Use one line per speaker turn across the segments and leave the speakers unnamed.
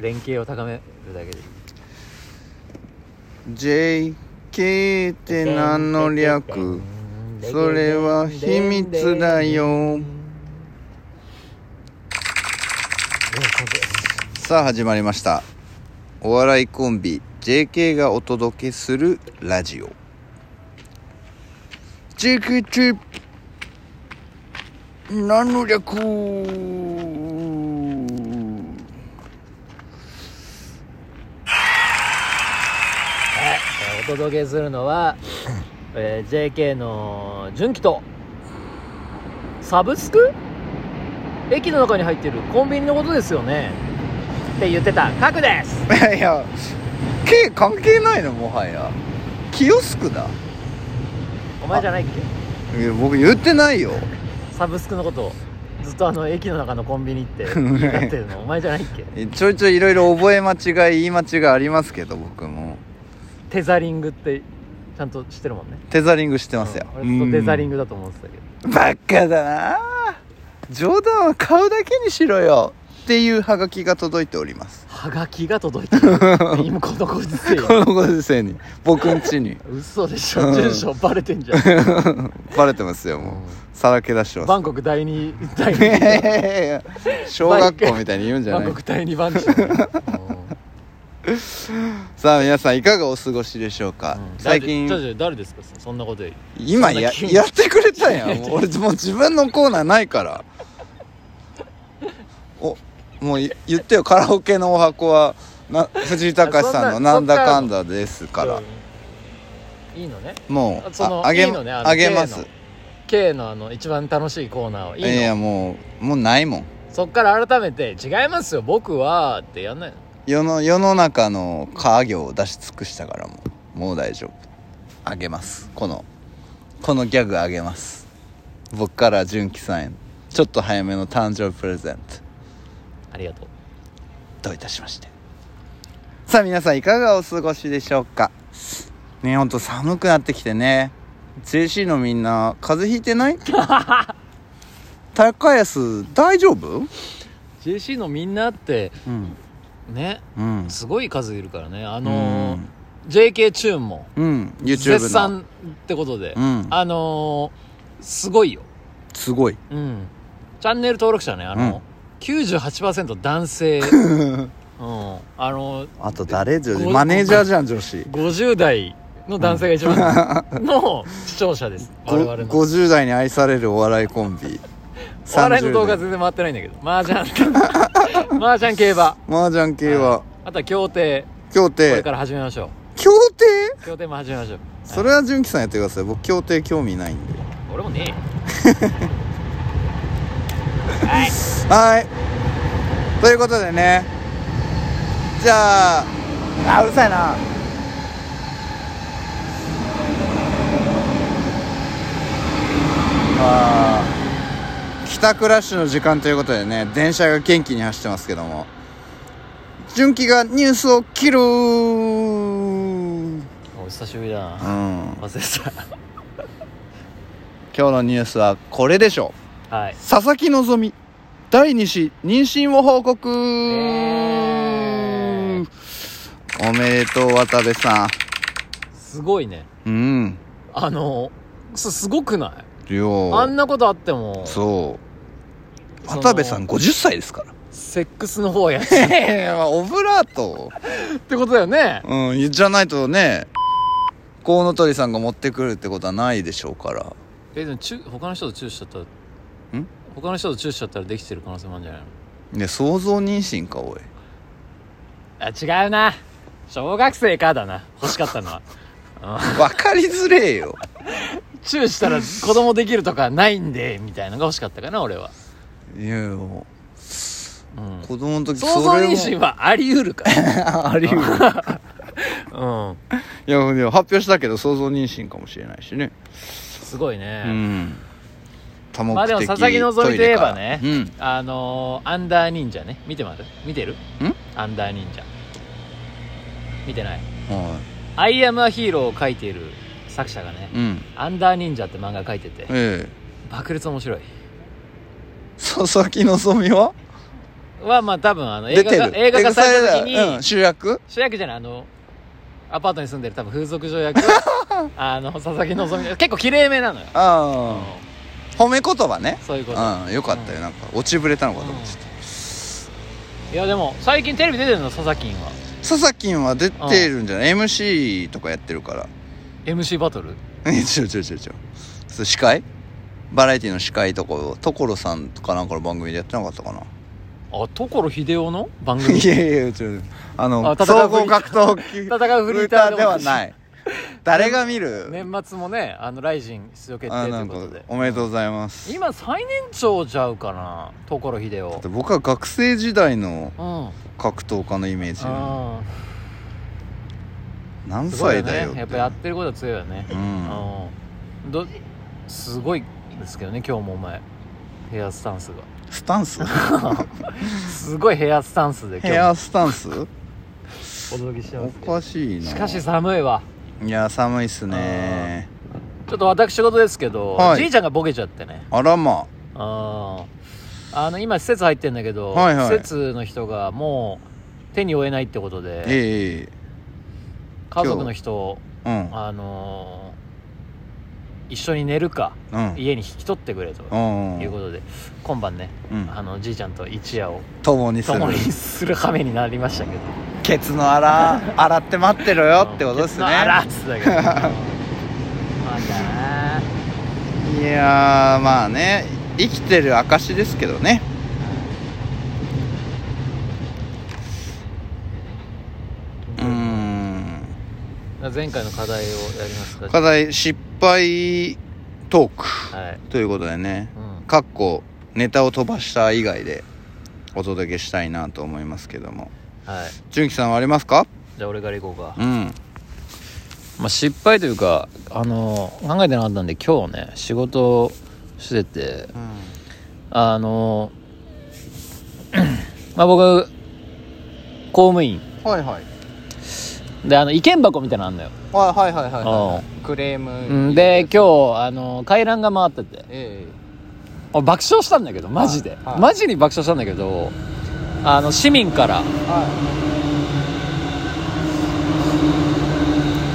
連携を高めるだけです
JK って何の略それは秘密だよさあ始まりましたお笑いコンビ JK がお届けするラジオ JK って何の略
はいお届けするの は、えー JK の純喜とサブスク駅の中に入ってるコンビニのことですよねって言ってたカクです
いやいや K 関係ないのもはやキオスクだ
お前じゃないっけ
いや僕言ってないよ
サブスクのことをずっとあの駅の中のコンビニっ て言い張ってるのお前じゃないっけ
えちょいちょいいろいろ覚え間違い言い間違いありますけど僕も
テザリングってちゃんとしてるもんね
テザリングしてますよ、
うん俺ずっとテザリン
グ
グだと思ってたけど
バカだな冗談は買うだけにしろよっていうハガキが届いております
はがきが届い てる今この子です
こ
よ
のご時世に僕ん家に
嘘でし
う
ょ
ん
住所バレてんじゃん
バレてますよもうさらけ出してま
バンコク第二第
す いやい
二
やいや小学校みたいに言うんじゃ
バン
な
コ
い
ク第二番 地だようん
さあ皆さんいかがお過ごしでしょうか、
うん
最近
誰で誰ですかそんなことより
今や
そんな急に
やってくれたや
いや
ん
いや
俺もう自分のコーナーないからおもうい言ってよカラオケのお箱はな藤井隆さん
そ
の「
んな
なんだかんだ」ですから
うんいいのね
もう
その
ああげ
いいのねあの
あげます
K のあの一番楽しいコーナーはいい
い
の
やいやもうもうないもん
そっから改めて「違いますよ僕は」ってやんないの
世の世の中の家業を出し尽くしたからもうもう大丈夫あげますこのこのギャグあげます僕から純喜さんへのちょっと早めの誕生日プレゼント
ありがとう
どういたしましてさあ皆さんいかがお過ごしでしょうかねほんと寒くなってきてね JC のみんな風邪ひいてない 高安大丈夫
JC のみんなって
うん
ね
うん
すごい数いるからねあ
う
のー
ん
JK チューンも
うん YouTube の
絶賛ってことで、
うん
あのーすごいよ、
すごい
うん、チャンネル登録者ねあの、
うん
98%男 性、うん、あの
あと誰女
ご
子マネージャーじゃん女子
50代の男性が一番 の視聴者です我々のお
50代に愛されるお笑いコン ビ
笑いの動画
30
全然回ってないんだけど麻雀 麻雀競馬
麻雀系は
あとは競艇
協
これ
定
から始めましょ
協定
う競艇も始めましょう
それは純喜さんやってください僕協定興味ないんで
俺もねえよ
はいということでねじゃああうるさいなあー帰宅ラッシュの時間ということでね電車が元気に走ってますけども純喜がニュースを切るうん
お久しぶりだな
今
忘れて
日のニュースはこれでしょう
たはい
佐々木希第2子妊娠を報告、
えー
おめでとう渡部さ
すごいね
んうん
あのすすごくない
量
あんなことあっても
そう
その
渡部さん50歳ですから
セックスの方はや っ
ええまあオブラート
ってことだよね
うんじゃないとねコウノトリさんが持ってくるってことはないでしょうから
えでもチュ他の人とチューしちゃったら
ん
他の人とチューしちゃったらできてる可能性もあるんじゃないの
ね想像妊娠かおい
あ違うな小学生かだな欲しかった のは
分かりづれえよ
チューしたら子供できるとかないんでみたいなのが欲しかったかな俺は、
いやいやも
うん
う、子供の時
想像妊娠はあり得るか
あり得る
ら、うん、
いやでも発表したけど想像妊娠かもしれないしね
すごいね、
うん多目的
まあでも佐々木
トイ
希
レ
といえ
から
ばね、
うん
あのーアンダー忍者ね見てます見てるアンダー忍者見てない
は
「アイアムアヒーロー」を書いている作者がね
いうん
「アンダー忍者」って漫画書いてて
ええ
爆裂面白い
佐々木希は
はまあ多分あの映
出
画
て
が
る
映画化された時
映画され
に
うん、主役
主役じゃないあのアパートに住んでる多分風俗女 役あの佐々木希結構きれいめなのよ、
ああ褒め言葉ね
そういうこと、
うんよかったよなんか落ちぶれたのかと思ってた
いやでも最近テレビ出てるの佐々木は
佐々木は出てるんじゃない MC とかやってるから
MC バトル
え違う違う違う違うそれ司会バラエティの司会とかを所さんとかなんかの番組でやってなかったかな
あ所秀夫の番組
いやいや違うあの
あ戦う
総合格闘 技
戦うフリーター
ではない誰が見る、
年末も ねあのライジン出場決定
あ
とい
な
うんこ
か
とで
おめでとうございます
今最年長じゃうかな所秀夫
だって僕は学生時代の
うん
格闘家のイメージ
あ
何
ーすごいよ
歳だよ
ねやっぱやってることは強いよね
うん
うんどすごいですけどね今日もお前ヘアスタンスが
スタ ンス
すごいヘアスタンスで
ヘ
今
アスタンス
日もお届けしてま
お
すけど
かしいな
しかし寒いわ
いや寒いっすね
ちょっと私事ですけど、
はい
じいちゃんがボケちゃってね
あらま
ああの今施設入ってんだけど、
はいはい
施設の人がもう手に負えないってことで
ええ
家族の人
うん
あのー一緒に寝るか
うん
家に引き取ってくれと
うん
いうことで、今晩ね
うん
あのじいちゃんと一夜を
共にする
共にする羽目になりましたけど
ケツ の洗洗って待ってろよってことですね
あらっつってた けどまだない
やーまあね生きてる証ですけどねうーん
前回の課題をやりますか
課題失敗トーク
はい、
ということでね
うん、
かっこネタを飛ばした以外でお届けしたいなと思いますけども
はい
純喜さんはありますか
じゃあ俺から行こうか
うん
まあ、失敗というかあの考えてなかったんで今日ね仕事をしててあの まあ僕公務員
はいはい
であの意見箱みたいなのあんのよ、
はいはいはい
は
クレーム
うんで今日あの回覧が回ってて
え
あ爆笑したんだけどマジで、
はいはい
マジに爆笑したんだけどあの市民から、
えは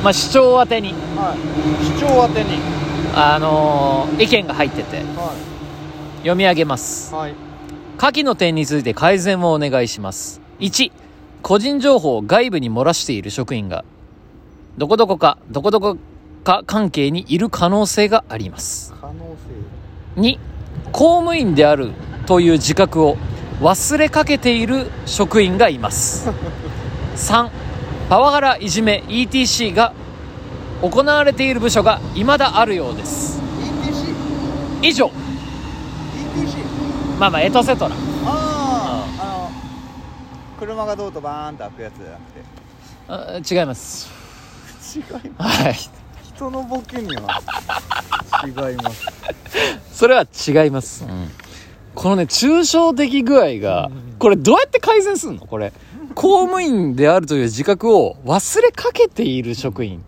まあ、市長宛てに
いはい市長宛てに
あの意見が入ってて
は
読み上げます
はい
下記の点について改善をお願いします。1、個人情報を外部に漏らしている職員が、どこどこか、どこどこか関係にいる可能性があります。
可能
2、公務員であるという自覚を忘れかけている職員がいます。3、パワハラ、いじめ、ETC が行われている部署が未だあるようです。
性 ETC
以上、
ETC
まあまあ、エトセトラ。
あああの車がどうとバーンと開くやつじゃなく
あ違います。
て違いま
はい。
す人のボケには違います
それは違います、このね抽象的具合がこれどうやって改善すんのこれ公務員であるという自覚を忘れかけている職員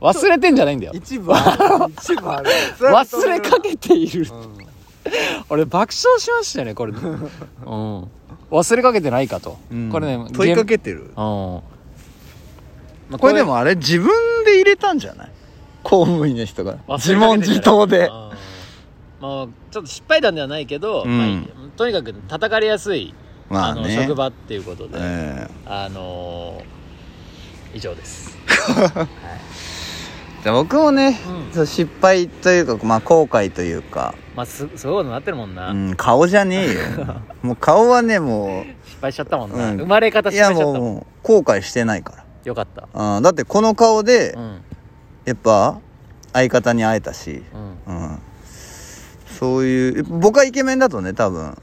忘れてんじゃないんだよ
一部ある一部ある
忘れかけている
うん
俺爆笑しましたよねこれ、うん、忘れかけてないかと、これね
問いか
ゲ
けてる
ームうんまあ
これでもあれ自分で入れたんじゃない公務員の人が
忘
自
れかけて
問
んじゃない
自答で
うんまあちょっと失敗談ではないけど、
うん
まあとにかく叩かれやすい、
まあ
の
ね
職場っていうことで、
え
あのー以上です。
えじゃあ僕もね
うん
そう失敗というかまあ後悔というか
まあ、す、すごいことになってるもんな。
うん顔じゃねえよ もう顔はねも
失敗しちゃったもんな。
うん
生まれ方
うい
失敗
や
しちゃ
も
った
う
もん。
もう後悔してないから
よかった。
あーだってこの顔で
うん。
やっぱ相方に会えたし、
うん。
うん、そういう僕はイケメンだとね多分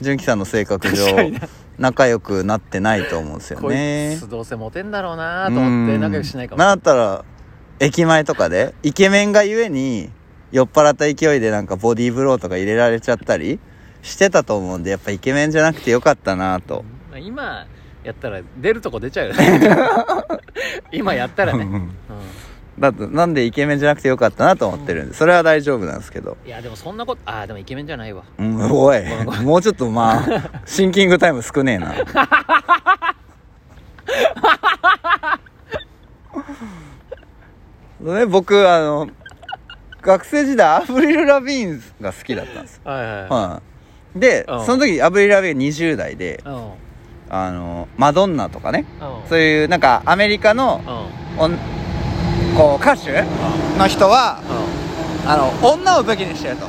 純喜さんの性格上仲良くなってないと思うんですよ
こ
ね
いつどうせモテんだろうなと思って仲良くしないかも。
なんだったら駅前とかでイケメンがゆえに酔っ払った勢いでなんかボディーブローとか入れられちゃったりしてたと思うんでやっぱイケメンじゃなくてよかったなと
まあ今やったら出るとこ出ちゃうよね。今やったらね。うん。
だってなんでイケメンじゃなくてよかったなと思ってるんでそれは大丈夫なんですけど
いやでもそんなことああでもイケメンじゃないわ
うんおいもうちょっとまあシンキングタイム少ねえなね僕あの学生時代アブリル・ラビーンが好きだったんですよ、
はいはい
はい、で
うん
その時アブリル・ラビーンが20代で
うんうん
あのマドンナとかね
うん
そういうなんかアメリカのおんこう歌手の人はあの女を武器にしてると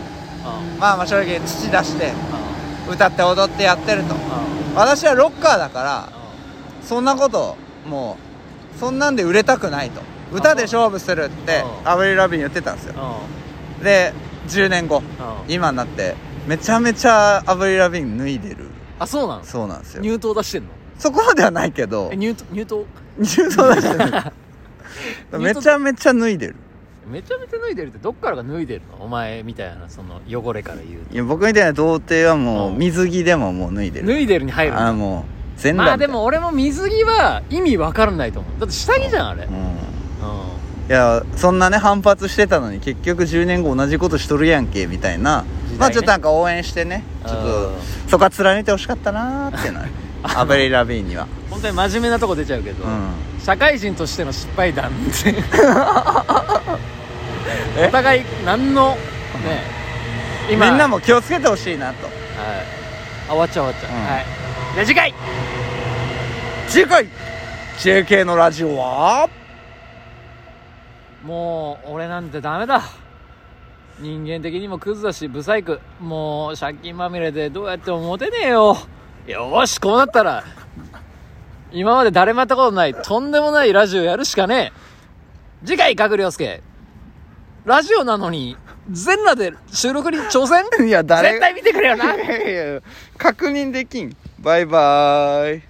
まあまあ正直父出して歌って踊ってやってると私はロッカーだからそんなこともうそんなんで売れたくないと歌で勝負するって
うん
アブリル・ラビーン言ってたんですよで10年後今になってめちゃめちゃアブリル・ラビーン脱いでる
あそうなの
そうなんですよ
入党出してんの
そこまではないけど
え入党入党
入党出してるめちゃめちゃ脱いでる
めちゃめちゃ脱いでるってどっからが脱いでるのお前みたいなその汚れから言う
いや僕みたいな童貞はもう
うん
水着でももう脱いで
と
る
脱いでるに入るの
あもう全裸
まあ
みた
で
いな
も俺も水着は意味わからないと思うだって下着じゃんあれうん
うんいやそんなね反発してたのに結局10年後同じことしとるやんけみたいな、
時代ね
まあちょっとなんか応援してねちょっ
うん
とそこは貫いてほしかったなーってい うのはアブリル・ラビーンには
本当に真面目なとこ出ちゃうけど
うん
社会人としての失敗談って お互い何のね
みんなも気をつけてほしいなと
はいあ終わっちゃう終わっちゃう、
うん
はいじゃあ次回
次回 JK のラジオは
もう俺なんてダメだ人間的にもクズだし不細工もう借金まみれでどうやってもモテねえよよーしこうなったら今まで誰もやったことないとんでもないラジオやるしかねえ次回角涼介ラジオなのに全裸で収録に挑戦
いや誰
絶対見てくれよな
いやいや確認できんバイバーイ